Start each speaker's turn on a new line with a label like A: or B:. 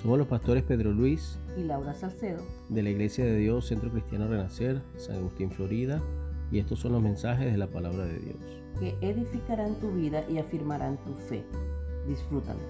A: Somos los pastores Pedro Luis
B: y Laura Salcedo.
A: de la Iglesia de Dios Centro Cristiano Renacer, San Agustín, Florida, y estos son los mensajes de la palabra de Dios.
B: que edificarán tu vida y afirmarán tu fe. Disfrútalos.